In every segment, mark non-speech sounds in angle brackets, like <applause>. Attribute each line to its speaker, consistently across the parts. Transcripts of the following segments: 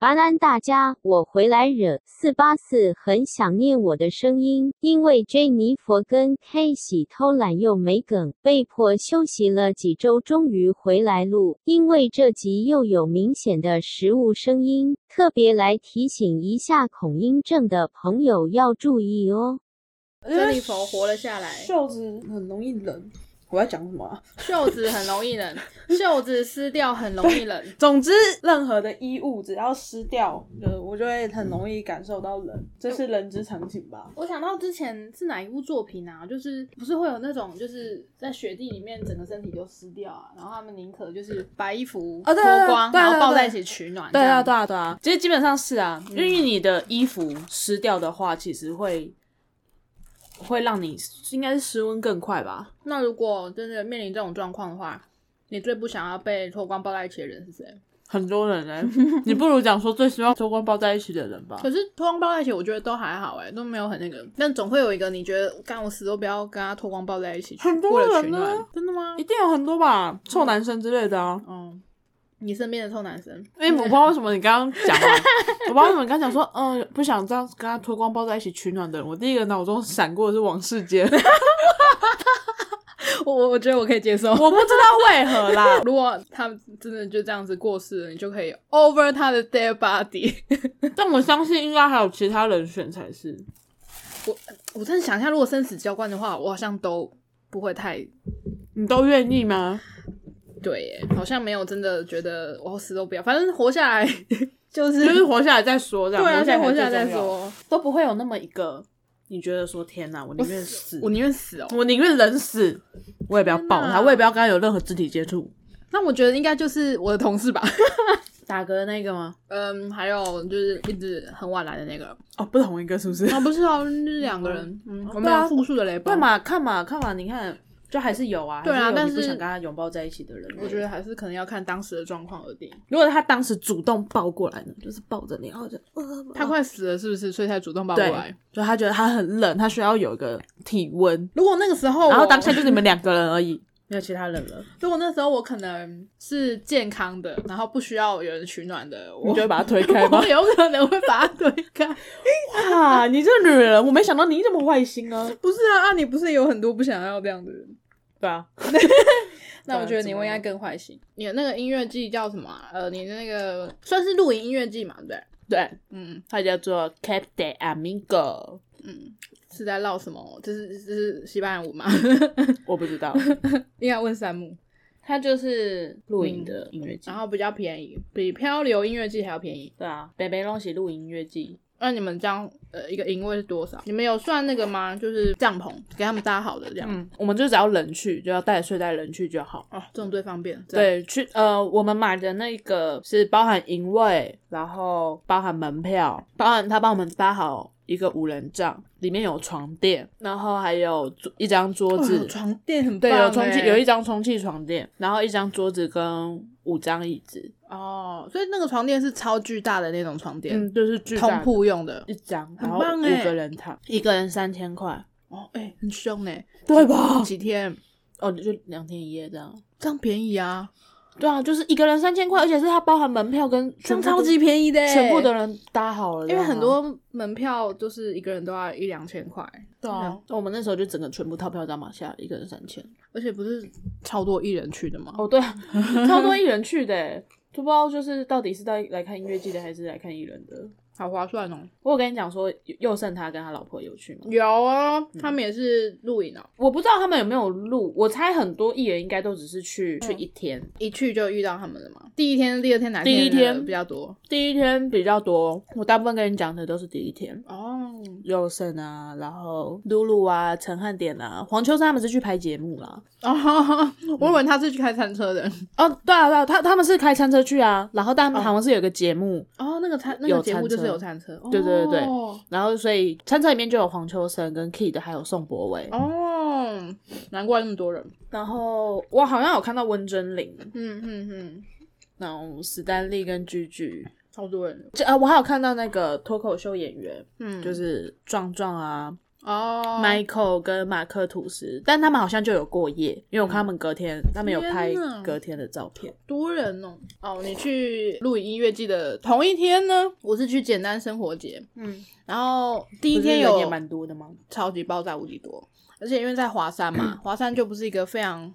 Speaker 1: 安安大家，我回来惹四八四很想念我的声音，因为珍妮佛跟 K 喜偷懒又没梗，被迫休息了几周，终于回来录。因为这集又有明显的食物声音，特别来提醒一下恐音症的朋友要注意哦。
Speaker 2: 珍妮佛活了下来。
Speaker 3: 袖子很容易冷。我要讲什么啊、
Speaker 2: 袖子很容易冷， <laughs> 袖子撕掉很容易冷。
Speaker 3: 总之，任何的衣物只要湿掉，呃，我就会很容易感受到冷，这是人之常情吧？
Speaker 2: 我想到之前是哪一部作品啊？就是不是会有那种就是在雪地里面整个身体都湿掉啊，然后他们宁可就是把衣服
Speaker 4: 啊
Speaker 2: 脱
Speaker 4: 对啊
Speaker 2: 光，
Speaker 4: 对啊
Speaker 2: 然后
Speaker 4: 对啊
Speaker 2: 抱
Speaker 4: 对啊
Speaker 2: 在一起取暖。
Speaker 4: 对
Speaker 2: 这
Speaker 4: 啊，
Speaker 2: 样
Speaker 4: 对啊，对啊，其实基本上是啊，
Speaker 3: 嗯
Speaker 4: 因为你的衣服湿掉的话，其实会会让你应该是失温更快吧？
Speaker 2: 那如果真的面临这种状况的话，你最不想要被脱光抱在一起的人是谁？
Speaker 4: 很多人呢、
Speaker 3: <laughs>
Speaker 4: 你不如讲说最希望脱光抱在一起的人吧
Speaker 2: 可。是脱光抱在一起，我觉得都还好哎、都没有很那个。但总会有一个你觉得，干我死都不要跟他脱光抱在一起去，
Speaker 4: 很多
Speaker 2: 为了取
Speaker 4: 人啊呢
Speaker 2: 暖，真的吗
Speaker 4: 一？定有很多吧，臭男生之类的啊。
Speaker 2: 哦，你身边的臭男生，
Speaker 4: 因为我不知道为什么你刚刚讲啊，我不知道为什么你刚讲说，嗯、不想这样跟他脱光抱在一起取暖的人，我第一个脑中闪过的是王世坚， <laughs>
Speaker 2: 我 <laughs> 我我觉得我可以接受。
Speaker 4: 我不知道为何啦。
Speaker 2: <laughs> 如果他真的就这样子过世了，你就可以 over 他的 dead body。 <laughs>
Speaker 4: 但我相信应该还有其他人选才是。
Speaker 2: 我真的想一下，如果生死交关的话，我好像都不会太
Speaker 4: 你都愿意吗？
Speaker 2: 对耶，好像没有真的觉得我死都不要，反正活下来 <laughs> 就是
Speaker 4: 就是活下来再说，这样
Speaker 2: 对啊，先活下
Speaker 4: 下来
Speaker 2: 来再
Speaker 4: 最重要，
Speaker 2: 说。
Speaker 4: 都不会有那么一个你觉得说天哪，我宁愿死，
Speaker 2: 我宁愿死哦。
Speaker 4: 我宁愿人死，我也不要抱
Speaker 2: 天
Speaker 4: 他，
Speaker 2: 哪
Speaker 4: 我也不要跟他有任何肢体接触。
Speaker 2: 那我觉得应该就是我的同事吧。
Speaker 4: 打嗝的那个吗？
Speaker 2: <laughs> 嗯，还有就是一直很晚来的那个
Speaker 4: 哦，不同一个是不是？
Speaker 2: 啊，不是哦，就是两个人，嗯，我们
Speaker 4: 对啊
Speaker 2: 有复数的雷
Speaker 4: 对
Speaker 2: 暴。
Speaker 4: 嘛，看嘛，看嘛，你看，就还是有啊，
Speaker 2: 对啊
Speaker 4: 还有
Speaker 2: 但
Speaker 4: 你不
Speaker 2: 是
Speaker 4: 想跟他拥抱在一起的人，
Speaker 2: 我觉得还是可能要看当时的状况而定。
Speaker 4: 如果他当时主动抱过来呢，就是抱着你，然后就，呃
Speaker 2: 他快死了，是不是？所以才主动抱过
Speaker 4: 对
Speaker 2: 来。，
Speaker 4: 就他觉得他很冷，他需要有一个体温，
Speaker 2: 如果那个时候我，
Speaker 4: 然后当下就你们两个人而已，没有其他人了，
Speaker 2: 如果那时候我可能是健康的，然后不需要有人取暖的，
Speaker 4: 你
Speaker 2: 我
Speaker 4: 就会把他推开吗
Speaker 2: <laughs> 我？有可能会把它推开。
Speaker 4: 啊，你这女人，我没想到你这么坏心啊！
Speaker 2: 不是啊，啊，你不是有很多不想要这样的人？
Speaker 4: 对 <laughs> 啊，
Speaker 2: 那我觉得你会应该更坏心。你的那个音乐季叫什么啊、呃，你的那个算是露营音乐季嘛，对不对？
Speaker 4: 对，
Speaker 2: 嗯
Speaker 4: 它叫做 Cap de Amigo，
Speaker 2: 嗯，是在唠什么？这是这是西班牙舞吗？ <laughs>
Speaker 4: 我不知道，
Speaker 2: 应该问山木，他就是嗯
Speaker 4: 露营的音乐季嗯
Speaker 2: 然。后比较便宜，比漂流音乐季还要便宜。
Speaker 4: 对啊，北北东西露营音乐季，
Speaker 2: 那你们这样呃一个营位是多少？你们有算那个吗？就是帐篷给他们搭好的这样。
Speaker 4: 嗯，我们就只要人去，就要带睡袋人去就好。
Speaker 2: 哦，这种最方便。这样，
Speaker 4: 对，去呃，我们买的那个是包含营位，然后包含门票，包含他帮我们搭好一个五人帐，里面有床垫，然后还有桌一张桌
Speaker 2: 哇
Speaker 4: 子，
Speaker 2: 哦床垫很棒
Speaker 4: 对，
Speaker 2: 欸。
Speaker 4: 有充气，有一张充气床垫，然后一张桌子跟五张椅子，
Speaker 2: 哦，所以那个床垫是超巨大的那种床垫，
Speaker 4: 嗯，就是巨大
Speaker 2: 通
Speaker 4: 的
Speaker 2: 铺用的。
Speaker 4: 一张，
Speaker 2: 很
Speaker 4: 然后
Speaker 2: 棒欸
Speaker 4: 五个人躺，一个人三千块，
Speaker 2: 哦，哎、很凶呢、
Speaker 4: 对吧？
Speaker 2: 几天？
Speaker 4: 哦，就两天一夜这样。
Speaker 2: 这样便宜啊，
Speaker 4: 对啊，就是一个人三千块，而且是它包含门票跟
Speaker 2: 这
Speaker 4: 全
Speaker 2: 样
Speaker 4: 部都
Speaker 2: 超级便宜的、欸
Speaker 4: 全部的。人搭好了这
Speaker 2: 因
Speaker 4: 样
Speaker 2: 为
Speaker 4: 啊，
Speaker 2: 很多门票就是一个人都要一两千块，
Speaker 4: 对啊，我们那时候就整个全部套票到马下，一个人三千。
Speaker 2: 而且不是超多一人去的吗？
Speaker 4: 哦，对、 <laughs> 啊，超多艺人去的欸，就不知道就是到底是在来看音乐季的，还是来看艺人的。
Speaker 2: 好划算哦！
Speaker 4: 我有跟你讲说，佑佑胜他跟他老婆有去吗？
Speaker 2: 有啊，他们也是露营哦，
Speaker 4: 我不知道他们有没有录，我猜很多艺人应该都只是去、去一天，
Speaker 2: 一去就遇到他们了嘛。第一天、第二天哪
Speaker 4: 第一天
Speaker 2: 的比较多？
Speaker 4: 第一天比较多。我大部分跟你讲的都是第一天，
Speaker 2: 哦，
Speaker 4: 佑胜啊，然后露露啊，陈汉典啊，黄秋生他们是去拍节目啦。
Speaker 2: 哦， <laughs> 我以为他是去开餐车的。
Speaker 4: 哦，对啊，对啊，他他们是开餐车去啊，然后但他们好像是有个节目，
Speaker 2: 哦，那个餐那
Speaker 4: 有
Speaker 2: 个节目
Speaker 4: 餐
Speaker 2: 就是
Speaker 4: 车
Speaker 2: 有餐车。
Speaker 4: 对对对对
Speaker 2: 哦
Speaker 4: 然后所以餐车里面就有黄秋生跟 Kid 还有宋博伟，
Speaker 2: 哦，难怪那么多人。
Speaker 4: 然后我好像有看到温真菱，
Speaker 2: 嗯嗯嗯，
Speaker 4: 然后史丹利跟呃居居，
Speaker 2: 超多人。
Speaker 4: 这啊我还有看到那个脱口秀演员，
Speaker 2: 嗯，
Speaker 4: 就是壮壮啊，
Speaker 2: 哦，
Speaker 4: Michael 跟马克吐司，但他们好像就有过夜，因为我看他们隔天，他们有拍
Speaker 2: 嗯天哪
Speaker 4: 隔天的照片。
Speaker 2: 多人哦。哦，你去录影音乐季的同一天呢，我是去简单生活节，
Speaker 3: 嗯，
Speaker 2: 然后第一
Speaker 4: 不是
Speaker 2: 天
Speaker 4: 人
Speaker 2: 有
Speaker 4: 也蛮多的吗？
Speaker 2: 超级爆炸无敌多，而且因为在华山
Speaker 4: 嗯
Speaker 2: 嘛，华山就不是一个非常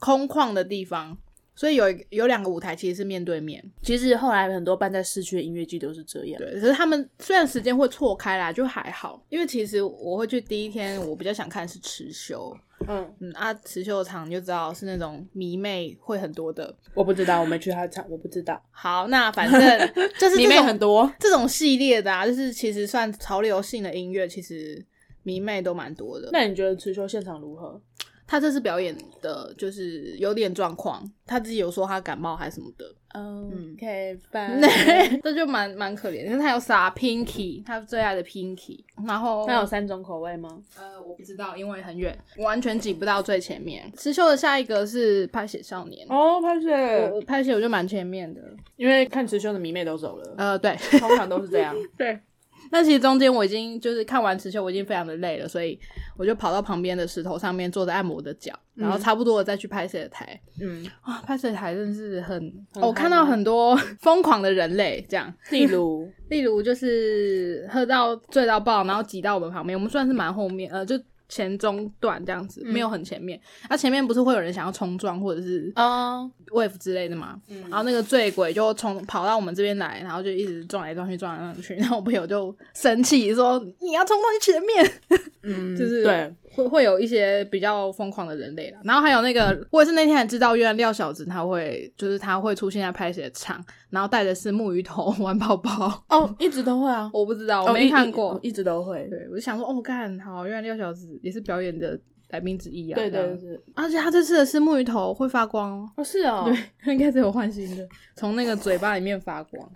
Speaker 2: 空旷的地方，所以有一个有两个舞台其实是面对面。
Speaker 4: 其实后来很多办在市区的音乐季都是这样。
Speaker 2: 对，可是他们虽然时间会错开啦，就还好，因为其实我会去第一天，我比较想看是持修，
Speaker 3: 嗯，
Speaker 2: 嗯啊，持修的场你就知道是那种迷妹会很多的。
Speaker 4: 我不知道，我没去他场，我不知道。
Speaker 2: 好，那
Speaker 4: <laughs>
Speaker 2: 反正就是
Speaker 4: 迷
Speaker 2: 这
Speaker 4: 妹
Speaker 2: 种
Speaker 4: 很多，
Speaker 2: 这种系列的啊，就是其实算潮流性的音乐，其实迷妹都蛮多的。
Speaker 4: 那你觉得池修现场如何？
Speaker 2: 他这次表演的就是有点状况，他自己有说他感冒还是什么的，
Speaker 4: 嗯，OK， <laughs>
Speaker 2: <laughs> 这就蛮蛮可怜。因为他有撒 Pinky，他最爱的 Pinky，然后
Speaker 4: 那有三种口味吗？
Speaker 2: 呃，我不知道，因为很远，完全挤不到最前面。池秀的下一个是拍写少年，
Speaker 3: 哦，拍雪
Speaker 2: 我拍写我就蛮前面的。
Speaker 4: 因为看池修的迷妹都走
Speaker 2: <laughs>
Speaker 4: 了，
Speaker 2: 呃，对
Speaker 4: 通常都是这样。
Speaker 2: 对。那其实中间我已经就是看完池秀，我已经非常的累了，所以我就跑到旁边的石头上面坐着按摩我的脚，然后差不多了再去拍摄台。
Speaker 4: 嗯，
Speaker 2: 啊，拍摄台真的是很，
Speaker 4: 很
Speaker 2: 我、
Speaker 4: 嗨
Speaker 2: 看到
Speaker 4: 吗
Speaker 2: 很多 <laughs> 疯狂的人类这样。
Speaker 4: 例如，
Speaker 2: <laughs> 例如就是喝到醉到爆，然后挤到我们旁边，我们算是蛮后面，呃，就前中段这样子，没有很前面。那、前面不是会有人想要冲撞或者是
Speaker 4: 嗯
Speaker 2: 呃
Speaker 4: 嗯，
Speaker 2: wave 之类的嘛？然后那个醉鬼就冲跑到我们这边来，然后就一直撞来撞去，撞来撞去。然后我朋友就生气说：“你要冲到你前面。”嗯，就是
Speaker 4: 对，
Speaker 2: 会会有一些比较疯狂的人类啦。然后还有那个，我也是那天还知道，原来廖小子他会就是他会出现在拍写场，然后戴的是木鱼头 <laughs> 玩宝宝。
Speaker 4: 哦，一直都会啊，
Speaker 2: 我不知道，
Speaker 4: 哦
Speaker 2: 我没
Speaker 4: 一
Speaker 2: 看过。
Speaker 4: 一直都会。
Speaker 2: 对，我就想说，哦，干，好，原来廖小子也是表演的来宾之一啊。
Speaker 4: 对
Speaker 2: 这样
Speaker 4: 对，对，
Speaker 2: 而且他这次的是木鱼头会发光哦， <laughs>
Speaker 4: 哦是哦，
Speaker 2: 对，应该是有换新的，从那个嘴巴里面发光，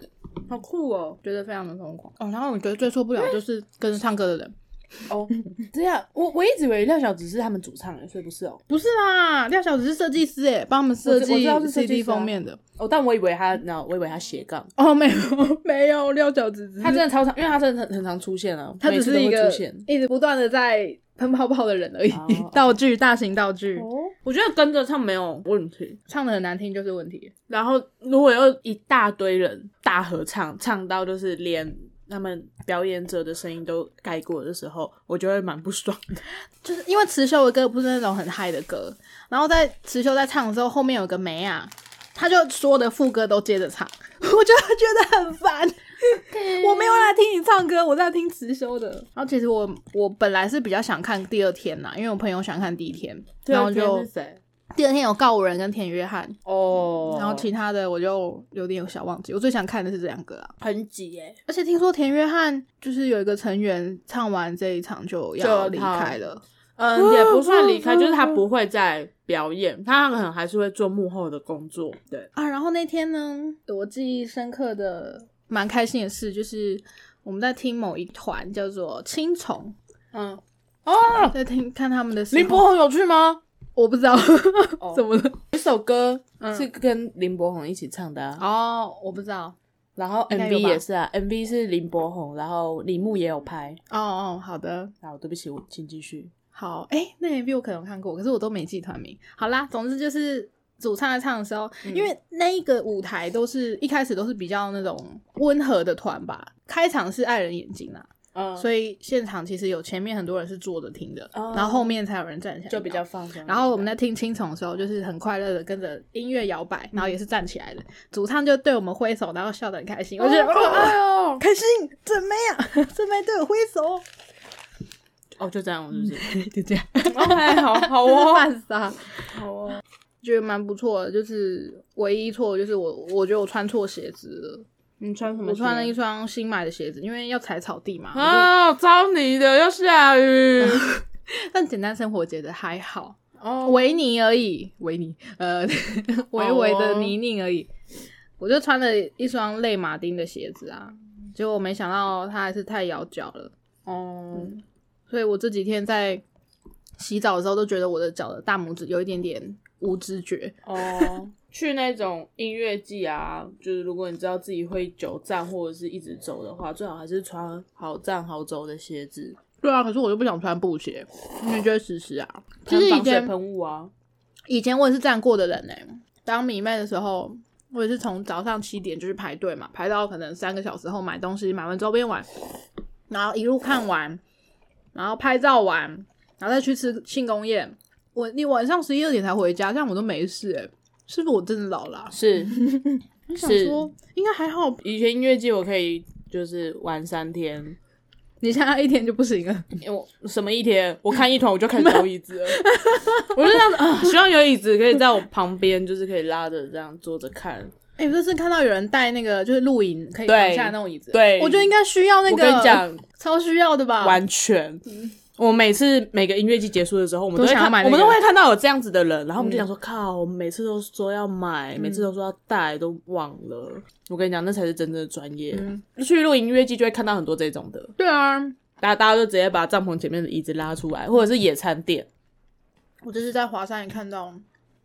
Speaker 4: 好酷哦。
Speaker 2: 觉得非常的疯狂。哦，然后我觉得最受不了就是跟着唱歌的人，
Speaker 4: <laughs> 哦，这样，我我一直以为廖小只是他们主唱诶，所以不是哦。
Speaker 2: 不是啦，廖小子是设计师诶，帮他们设
Speaker 4: 我知我
Speaker 2: 计
Speaker 4: 知道是设计
Speaker 2: CD
Speaker 4: 师啊
Speaker 2: 封面的。
Speaker 4: 哦，但我以为他，那我以为他斜杠，
Speaker 2: 哦，没有 <laughs> 没有，廖小子只是
Speaker 4: 他真的超常，因为他真的很很常出现啊，
Speaker 2: 他
Speaker 4: 每
Speaker 2: 只
Speaker 4: 次都
Speaker 2: 是一
Speaker 4: 会
Speaker 2: 个
Speaker 4: 出现。
Speaker 2: 一直不断的在喷泡泡的人而已
Speaker 4: 哦，
Speaker 2: <laughs> 道具大型道具，
Speaker 3: 哦，
Speaker 4: 我觉得跟着唱没有问题，
Speaker 2: 唱的很难听就是问题。
Speaker 4: 然后如果有一大堆人大合唱，唱到就是连他们表演者的声音都盖过的时候，我就会蛮不爽的。
Speaker 2: 就是因为池秀的歌不是那种很嗨的歌，然后在池秀在唱的时候，后面有个梅啊，他就所有的副歌都接着唱， <laughs> 我就觉得很 <laughs> 烦。我没有来听你唱歌，我在听池修的。然后其实我我本来是比较想看第二天呐，因为我朋友想看第一天， <laughs> 然后就
Speaker 4: 谁？
Speaker 2: 第二天有告五人跟田约翰，
Speaker 4: 哦，
Speaker 2: 然后其他的我就有点小忘记。我最想看的是这两个啊，
Speaker 4: 很挤耶，
Speaker 2: 而且听说田约翰就是有一个成员唱完这一场就要
Speaker 4: 就
Speaker 2: 离
Speaker 4: 他
Speaker 2: 开了。
Speaker 4: 嗯，也不算离开，就是他不会再表演，他可能还是会做幕后的工作。
Speaker 2: <laughs>
Speaker 4: 对，
Speaker 2: 啊，然后那天呢，我记忆深刻的蛮开心的事就是我们在听某一团叫做青虫，
Speaker 4: 嗯，哦，
Speaker 2: 在听看他们的时候
Speaker 4: 林柏宏有去吗？
Speaker 2: 我不知道
Speaker 4: 哦
Speaker 2: <laughs> 怎么了嗯
Speaker 4: 有一首歌是跟林柏宏一起唱的啊，
Speaker 2: 哦，我不知道
Speaker 4: 然后
Speaker 2: 应该有吧
Speaker 4: MV 也是啊，MV 是林柏宏，然后李牧也有拍。
Speaker 2: 哦哦，好的。
Speaker 4: 好，对不起，我请继续。
Speaker 2: 好，哎、那 MV 我可能有看过，可是我都没记团名。好啦，总之就是主唱在唱的时候，
Speaker 4: 嗯
Speaker 2: 因为那一个舞台都是一开始都是比较那种温和的团吧，开场是爱人眼睛啦，
Speaker 4: 嗯，
Speaker 2: 所以现场其实有前面很多人是坐着听的，
Speaker 4: 哦
Speaker 2: 然后后面才有人站起来，
Speaker 4: 就比较。放松。
Speaker 2: 然后我们在听青虫的时候，就是很快乐的跟着音乐摇摆，
Speaker 4: 嗯
Speaker 2: 然后也是站起来的。主唱就对我们挥手，然后笑得很开心，我觉得、哦、
Speaker 4: 哦，
Speaker 2: 开心，正妹啊， <laughs> 正妹对我挥手，
Speaker 4: 哦，就这样，是不
Speaker 2: <laughs>
Speaker 4: 是？
Speaker 2: 就这样，
Speaker 4: OK，好好
Speaker 2: 真
Speaker 4: <laughs>
Speaker 2: 是
Speaker 4: 哦，
Speaker 2: 犯傻，
Speaker 4: 好哦。
Speaker 2: 觉得蛮不错的。就是唯一错就是我，我觉得我穿错鞋子了，
Speaker 4: 你穿什么？
Speaker 2: 我穿了一双新买的鞋子，因为要踩草地嘛。我
Speaker 4: 啊，超你的，要下雨。
Speaker 2: 就但简单生活节的还好，
Speaker 4: <laughs> 哦，
Speaker 2: 维尼而已，维尼，呃， <laughs> 维维的
Speaker 4: 哦
Speaker 2: 泥泞而已。我就穿了一双类马丁的鞋子啊，结果没想到它还是太咬脚了，
Speaker 4: 哦，
Speaker 2: 嗯所以我这几天在洗澡的时候都觉得我的脚的大拇指有一点点无知觉。
Speaker 4: 哦，去那种音乐季啊，就是如果你知道自己会久站或者是一直走的话，最好还是穿好站好走的鞋子。
Speaker 2: 对啊，可是我又不想穿布鞋，因为就会湿湿啊。其
Speaker 4: 喷
Speaker 2: 实以
Speaker 4: 防水
Speaker 2: 前
Speaker 4: 喷雾啊，
Speaker 2: 以前我也是这样过的人呢、欸当迷妹的时候，我也是从早上七点就去排队嘛，排到可能三个小时后买东西，买完周边玩，然后一路看完，然后拍照完，然后再去吃庆功宴。我你晚上十一二点才回家，这样我都没事哎、是不是我真的老了啊、
Speaker 4: 是
Speaker 2: 我想
Speaker 4: 是。
Speaker 2: 说应该还好，
Speaker 4: 以前音乐季我可以就是玩三天，
Speaker 2: 你现在一天就不行了。
Speaker 4: 因为我什么一天，我看一团我就开始找椅子
Speaker 2: <laughs>
Speaker 4: 了，我就这样子啊，希望有椅子可以在我旁边，就是可以拉着这样坐着看。
Speaker 2: 哎、我这次看到有人带那个就是露营可以
Speaker 4: 对
Speaker 2: 放下那种椅子，
Speaker 4: 对
Speaker 2: 我觉得应该需要那个，啊
Speaker 4: 我跟你讲，
Speaker 2: 超需要的吧？
Speaker 4: 完全。我每次每个音乐季结束的时候，我们
Speaker 2: 都
Speaker 4: 都会
Speaker 2: 想要
Speaker 4: 看，
Speaker 2: 买那
Speaker 4: 我们
Speaker 2: 个
Speaker 4: 都会看到有这样子的人，然后我们就想说，靠，我们每次都说要
Speaker 2: 嗯
Speaker 4: 买，每次都说要带，都忘了。我跟你讲，那才是真正的专业。
Speaker 2: 嗯
Speaker 4: 去录音乐季就会看到很多这种的，
Speaker 2: 对啊，
Speaker 4: 大家大家就直接把帐篷前面的椅子拉出来，或者是野餐垫。
Speaker 2: 我这次在华山也看到，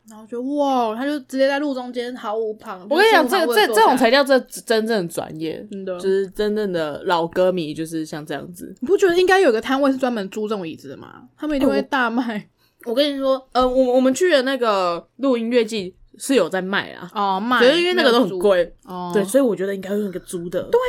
Speaker 2: 然后就哇，他就直接在路中间毫无旁，
Speaker 4: 我跟你讲，
Speaker 2: 就是
Speaker 4: 这
Speaker 2: 毫无
Speaker 4: 这
Speaker 2: 旁骛
Speaker 4: 这种
Speaker 2: 下
Speaker 4: 才叫这真正的专业，
Speaker 2: 真的
Speaker 4: 就是真正的老歌迷，就是像这样子。
Speaker 2: 你不觉得应该有个摊位是专门租这种椅子的吗？他们一定
Speaker 4: 哎
Speaker 2: 会
Speaker 4: 我
Speaker 2: 大卖
Speaker 4: 我跟你说，呃，我我们去的那个录音乐季是有在卖啊，
Speaker 2: 哦，卖，
Speaker 4: 可是因为那个都
Speaker 2: 没
Speaker 4: 很
Speaker 2: 有租
Speaker 4: 贵，
Speaker 2: 哦。
Speaker 4: 对，所以我觉得应该用一个租的。对，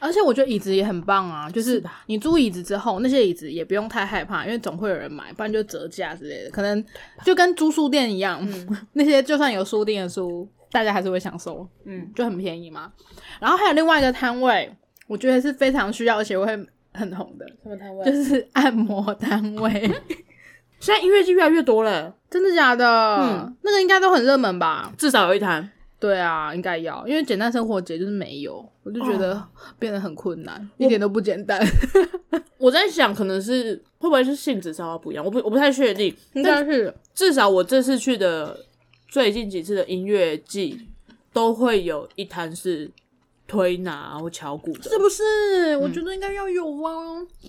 Speaker 2: 而且我觉得椅子也很棒啊，就是
Speaker 4: 是吧
Speaker 2: 你租椅子之后，那些椅子也不用太害怕，因为总会有人买，不然就折价之类的，可能就跟租书店一样， <laughs> 那些就算有书店的书，大家还是会想收，
Speaker 4: 嗯，
Speaker 2: 就很便宜嘛。然后还有另外一个摊位，我觉得是非常需要，而且会很红的，
Speaker 4: 什么摊位
Speaker 2: 就是按摩单
Speaker 4: <laughs>
Speaker 2: 位，
Speaker 4: 现在音乐季越来越多了，
Speaker 2: 真的假的？
Speaker 4: 嗯
Speaker 2: 那个应该都很热门吧？
Speaker 4: 至少有一摊。
Speaker 2: 对啊，应该要，因为简单生活节就是没有，我就觉得变得很困难，一点都不简单。
Speaker 4: 我在想，可能是会不会是性质稍微不一样，我不我不太确定。
Speaker 2: 应
Speaker 4: 但
Speaker 2: 该是
Speaker 4: 至少我这次去的最近几次的音乐季，都会有一摊是推拿啊或敲鼓的
Speaker 2: 是。不是？
Speaker 4: 嗯
Speaker 2: 我觉得应该要有啊，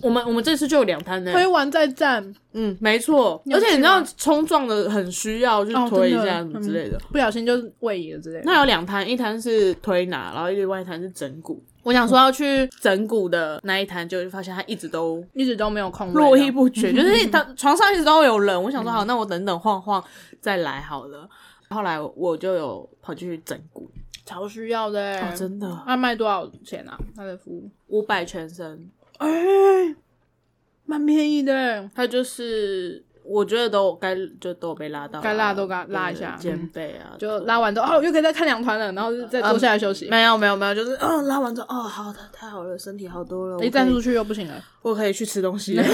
Speaker 4: 我们我们这次就有两摊呢。
Speaker 2: 推完再战。
Speaker 4: 嗯，没错。
Speaker 2: 你有
Speaker 4: 而且你知道
Speaker 2: 去
Speaker 4: 冲撞的很需要去
Speaker 2: 哦
Speaker 4: 推一
Speaker 2: 真的嗯
Speaker 4: 下什么之类的。
Speaker 2: 不小心就是位移了之类的。
Speaker 4: 那有两摊，一摊是推拿，然后另外一摊是整骨。我想说要去整骨的那一摊，就发现他一直都
Speaker 2: 一直都没有空位啊
Speaker 4: 络
Speaker 2: 呢
Speaker 4: 绎不绝，就是他床上一直都有人。我想
Speaker 2: 嗯
Speaker 4: 说好，那我等等晃晃再来好了。后来我就有跑去整骨，
Speaker 2: 超需要的欸、
Speaker 4: 哦真的
Speaker 2: 那卖多少钱啊？他的服务？
Speaker 4: 五百全身，
Speaker 2: 哎、蛮便宜的欸、
Speaker 4: 它就是我觉得都该就都有被拉到啊，
Speaker 2: 该拉都该拉一下嗯
Speaker 4: 对肩背啊，
Speaker 2: 就拉完之后，哦，又可以再看两团了，然后就再坐下来休息。
Speaker 4: 嗯没有没有没有，就是嗯、拉完之后哦，好的，太好了，身体好多了，我
Speaker 2: 一站
Speaker 4: 可以
Speaker 2: 出去又不行了。
Speaker 4: 我可以去吃东西了。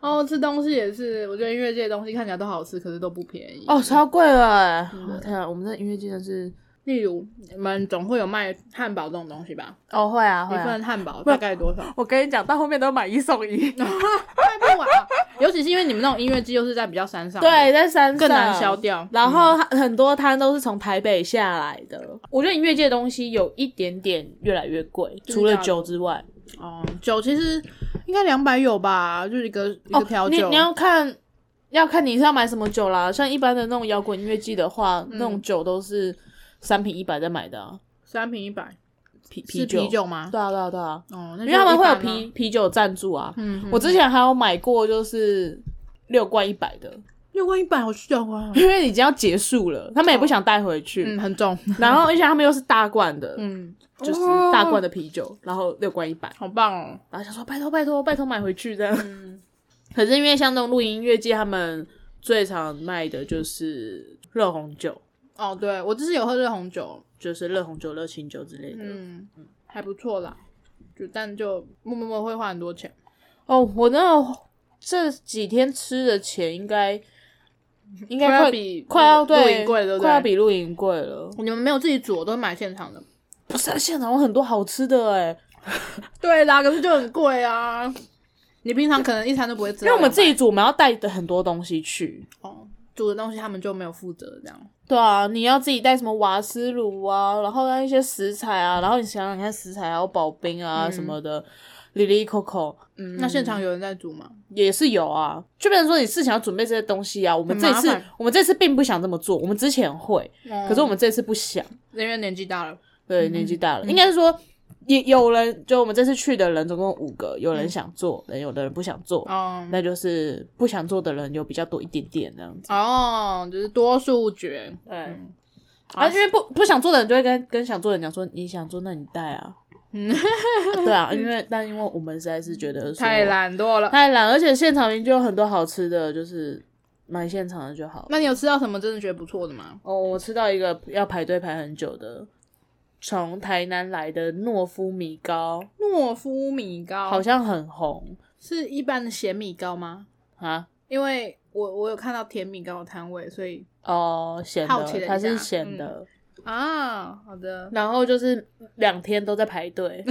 Speaker 2: 哦，吃东西也是，我觉得音乐界的东西看起来都好吃，可是都不便宜。
Speaker 4: <laughs> 哦，超贵了欸！我天啊，我们的音乐真的是
Speaker 2: 例如你们总会有卖汉堡这种东西吧？
Speaker 4: 哦，会啊
Speaker 2: 一份汉堡大概多少？
Speaker 4: 我跟你讲，到后面都买一送一。
Speaker 2: 卖不完啊！尤其是因为你们那种音乐季又是在比较山上，，
Speaker 4: <laughs> 对，在山上
Speaker 2: 更难消。掉。
Speaker 4: 然后很多摊都是从台北下来的。嗯我觉得音乐界的东西有一点点越来越贵，
Speaker 2: 的
Speaker 4: 除了
Speaker 2: 假的
Speaker 4: 酒之外，
Speaker 2: 哦，酒其实应该两百有吧，就是一个一个调
Speaker 4: 哦你
Speaker 2: 酒。
Speaker 4: 你要看。要看你是要买什么酒啦，像一般的那种摇滚音乐季的话，那种酒都是三瓶一百在买的、啊，
Speaker 2: 三瓶一百，
Speaker 4: 啤
Speaker 2: 是
Speaker 4: 酒，
Speaker 2: 啤酒吗？
Speaker 4: 对啊对啊对啊，
Speaker 2: 哦，那
Speaker 4: 因为
Speaker 2: 就
Speaker 4: 他们会有
Speaker 2: 一般啊
Speaker 4: 啤啤酒赞助啊，
Speaker 2: 嗯嗯
Speaker 4: 我之前还有买过，就是六罐一百的，
Speaker 2: 六罐一百，好喜欢
Speaker 4: <laughs>
Speaker 2: 啊！
Speaker 4: 因为已经要结束了，他们也不想带回去。
Speaker 2: 嗯，很重，
Speaker 4: 然后，而且他们又是大罐的，
Speaker 2: 嗯，
Speaker 4: 就是大罐的啤酒，然后六罐一百，
Speaker 2: 好棒哦。
Speaker 4: 然后想说拜托拜托拜托买回去这样。 <laughs> 可是因为像那种露营音乐季，他们最常卖的就是热红酒，
Speaker 2: 哦，对我之前有喝热红酒，
Speaker 4: 就是热红酒、热清酒之类的。
Speaker 2: 嗯，还不错啦，就但就默默默会花很多钱。
Speaker 4: 哦，我那这几天吃的钱应该应该
Speaker 2: 快
Speaker 4: 快
Speaker 2: 要比
Speaker 4: 快要
Speaker 2: 那个露
Speaker 4: 对
Speaker 2: 营贵了对不对
Speaker 4: 快要比露营贵了。
Speaker 2: 你们没有自己煮，我都是买现成的。
Speaker 4: 不是、啊，现场有很多好吃的哎、
Speaker 2: 对啦，可是就很贵啊。你平常可能一餐都不会吃到200，
Speaker 4: 因为我们自己煮，我们要带的很多东西去。
Speaker 2: 哦煮的东西，他们就没有负责这样。
Speaker 4: 对啊，你要自己带什么瓦斯炉啊，然后那一些食材啊，然后你想想看食材还有保冰
Speaker 2: 嗯
Speaker 4: 啊、什么的，里里扣扣，嗯，
Speaker 2: 那现场有人在煮吗？
Speaker 4: 也是有啊。就变成说你事前要准备这些东西啊，我们
Speaker 2: 很
Speaker 4: 这
Speaker 2: 麻
Speaker 4: 次
Speaker 2: 烦嗯
Speaker 4: 我们这次并不想这么做，我们之嗯前会，可是我们这次不想，
Speaker 2: 因为年纪大了，
Speaker 4: 嗯对，年纪大了，应该是说也有人，就我们这次去的人总共五个，有人想做，人有的人不想做，
Speaker 2: 哦
Speaker 4: 那就是不想做的人有比较多一点点那样子。
Speaker 2: 哦，就是多数决，
Speaker 4: 对，
Speaker 2: 嗯
Speaker 4: 啊，因为不不想做的人就会跟跟想做的人讲说，你想做那你带啊，
Speaker 2: 嗯，
Speaker 4: <laughs> 对啊，因为但因为我们实在是觉得说
Speaker 2: 太懒惰了。
Speaker 4: 太懒，而且现场明明就有很多好吃的，就是买现场的就好。
Speaker 2: 那你有吃到什么真的觉得不错的吗？
Speaker 4: 哦，我吃到一个要排队排很久的，从台南来的诺夫米糕，
Speaker 2: 诺夫米糕
Speaker 4: 好像很红
Speaker 2: 是一般的咸米糕吗？
Speaker 4: 啊。
Speaker 2: 因为我我有看到甜米糕的摊位，所以
Speaker 4: 哦，咸
Speaker 2: 好奇了
Speaker 4: 的，
Speaker 2: 一
Speaker 4: 它是
Speaker 2: 下嗯
Speaker 4: 咸的，
Speaker 2: 啊，好的，
Speaker 4: 然后就是两天都在排
Speaker 2: <laughs>
Speaker 4: 队。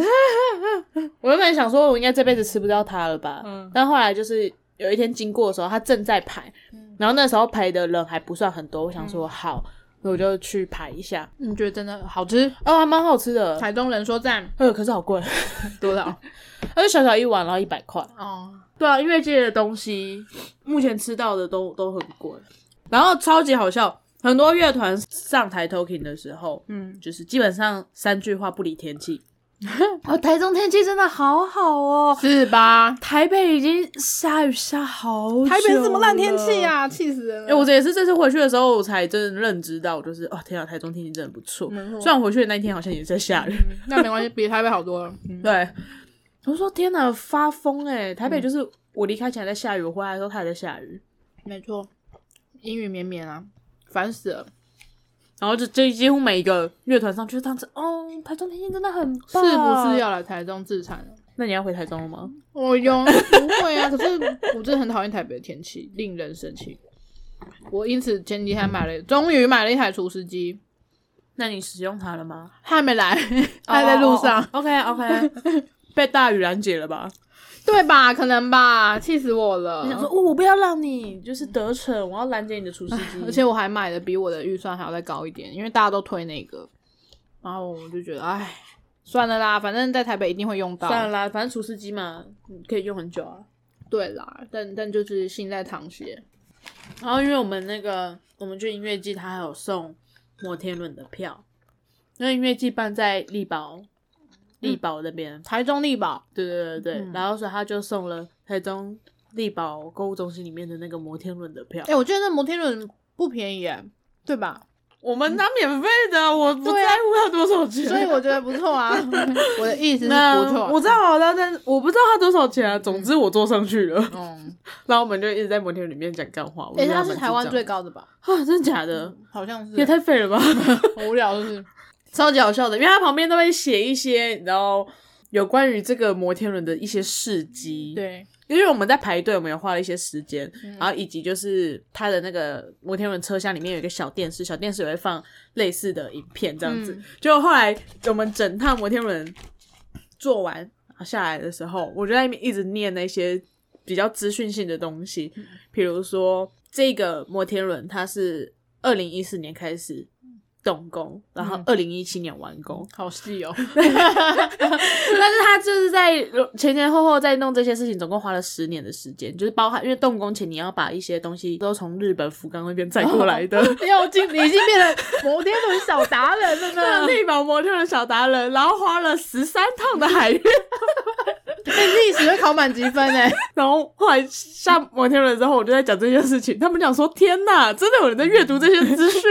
Speaker 4: 我原本想说，我应该这辈子吃不到它了吧？
Speaker 2: 嗯
Speaker 4: 但后来就是有一天经过的时候，它正在排，
Speaker 2: 嗯
Speaker 4: 然后那时候排的人还不算很多，我想说好，那我就去排一下。
Speaker 2: 你嗯觉得真的好吃？
Speaker 4: 哦，还蛮好吃的，
Speaker 2: 台中人说赞
Speaker 4: 呃，可是好
Speaker 2: <laughs>
Speaker 4: 贵，
Speaker 2: 多
Speaker 4: <laughs>
Speaker 2: 少？
Speaker 4: 它就小小一碗，然后一百块。
Speaker 2: 哦，
Speaker 4: 对啊，音乐界的东西，目前吃到的都都很贵，然后超级好笑。很多乐团上台 talking 的时候，
Speaker 2: 嗯，
Speaker 4: 就是基本上三句话不离天气。
Speaker 2: <laughs> 哦，台中天气真的好好哦，是吧？
Speaker 4: 台北已经下雨下好久，
Speaker 2: 台北是什么烂天气、啊？气死人
Speaker 4: 哎、
Speaker 2: 了！
Speaker 4: 我这也是这次回去的时候，我才真的认知到，就是哦，天啊，台中天气真的不错。
Speaker 2: 没错
Speaker 4: 虽然我回去的那一天好像也在下雨，
Speaker 2: 嗯那没关系，比台北好多了。嗯
Speaker 4: 对，我说天哪，发疯哎、台北就是我离开前还在下雨，我回来的时候它还在下雨，
Speaker 2: 没错，阴雨绵绵啊，烦死了。
Speaker 4: 然后就这几乎每一个乐团上去就这样子，哦，台中天气真的很
Speaker 2: 是
Speaker 4: 棒，
Speaker 2: 不是？要来台中自产了？
Speaker 4: 那你要回台中了吗？
Speaker 2: 我有不会啊，可是我真的很讨厌台北的天气，令人生气。我因此前几天还买了，终于买了一台除湿机，
Speaker 4: 那你使用它了吗？
Speaker 2: 还没来，还在路上，
Speaker 4: OK OK，被大雨拦截了吧？
Speaker 2: 对吧？可能吧，气死我了
Speaker 4: 你。想说，哦，我不要让你就是得逞，我要拦截你的厨师机。
Speaker 2: 而且我还买的比我的预算还要再高一点，因为大家都推那个，然后我就觉得，哎，算了啦，反正在台北一定会用到。
Speaker 4: 算了啦，反正厨师机嘛，你可以用很久啊。
Speaker 2: 对啦，但但就是心在淌血。
Speaker 4: 然后因为我们那个我们去音乐季，他还有送摩天轮的票，因为音乐季办在力宝力宝那边，
Speaker 2: 台中力宝，
Speaker 4: 对对对对，
Speaker 2: 嗯
Speaker 4: 然后所以他就送了台中力宝购物中心里面的那个摩天轮的票
Speaker 2: 哎、。我觉得那摩天轮不便宜耶，对吧？
Speaker 4: <laughs> 我们拿免费的，我不
Speaker 2: 对啊
Speaker 4: 在乎要多少钱。
Speaker 2: 所以我觉得不错啊。 <laughs> 我的意思是
Speaker 4: <laughs> 那
Speaker 2: 不错，
Speaker 4: 我知道了，但是我不知道他多少钱啊。总之我坐上去了， <laughs>
Speaker 2: 嗯，
Speaker 4: 然后我们就一直在摩天轮里面讲干话。我觉
Speaker 2: 哎、
Speaker 4: 得
Speaker 2: 它
Speaker 4: 还
Speaker 2: 是
Speaker 4: 蛮
Speaker 2: 台湾
Speaker 4: 智障
Speaker 2: 最高的吧？
Speaker 4: 啊，真的假的？
Speaker 2: 好像是，
Speaker 4: 也太废了 <laughs> 吧！
Speaker 2: 很无聊，就是。
Speaker 4: 超级好笑的，因为它旁边都会写一些，然后有关于这个摩天轮的一些事迹。，
Speaker 2: 对，
Speaker 4: 因为我们在排队，我们也花了一些时间，然后以及就是它的那个摩天轮车厢里面有一个小电视，小电视也会放类似的影片这样子
Speaker 2: 嗯。
Speaker 4: 就后来我们整趟摩天轮做完然后下来的时候，我就在那边一直念那些比较资讯性的东西，比如说这个摩天轮它是二零一四年开始动工，然后二零一七年完工，
Speaker 2: 好细
Speaker 4: <laughs>
Speaker 2: 哦。
Speaker 4: 但是他就是在前前后后在弄这些事情，总共花了十年的时间，就是包含因为动工前你要把一些东西都从日本福冈那边载过来 <laughs> 的。
Speaker 2: 没有，经已经变成摩天轮小达人 <laughs> 了
Speaker 4: 啊那
Speaker 2: 呢。
Speaker 4: 力宝摩天轮小达人，然后花了十三趟的海运，
Speaker 2: 哎，历史会考满积分哎。
Speaker 4: 然后后来下摩天轮之后，我就在讲这件事情，他们讲说：“天哪，真的有人在阅读这些资讯，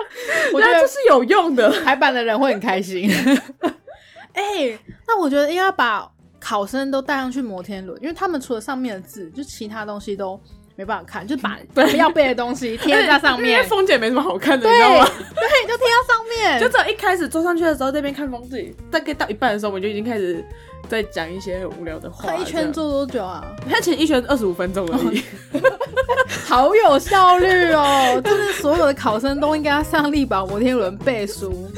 Speaker 4: <laughs>
Speaker 2: 我觉
Speaker 4: 那这
Speaker 2: 得
Speaker 4: 是有用的。
Speaker 2: 排版的人会很开心。 <laughs> 哎、那我觉得应该把考生都带上去摩天轮，因为他们除了上面的字，就其他东西都没办法看，就把 <laughs> 要背的东西贴在上
Speaker 4: 因
Speaker 2: 面
Speaker 4: 为。风景没什么好看的，
Speaker 2: <laughs> 对
Speaker 4: 你知道吗？
Speaker 2: 对，就贴在上面。
Speaker 4: 就只有一开始坐上去的时候，在那边看风景，大概到一半的时候，我们就已经开始在讲一些很无聊的话。
Speaker 2: 他
Speaker 4: 这样
Speaker 2: 一
Speaker 4: 哦
Speaker 2: 圈做多久啊？
Speaker 4: 它其实一圈二十五分钟而已，
Speaker 2: <laughs> 好有效率哦！就是所有的考生都应该上力宝摩天轮背书。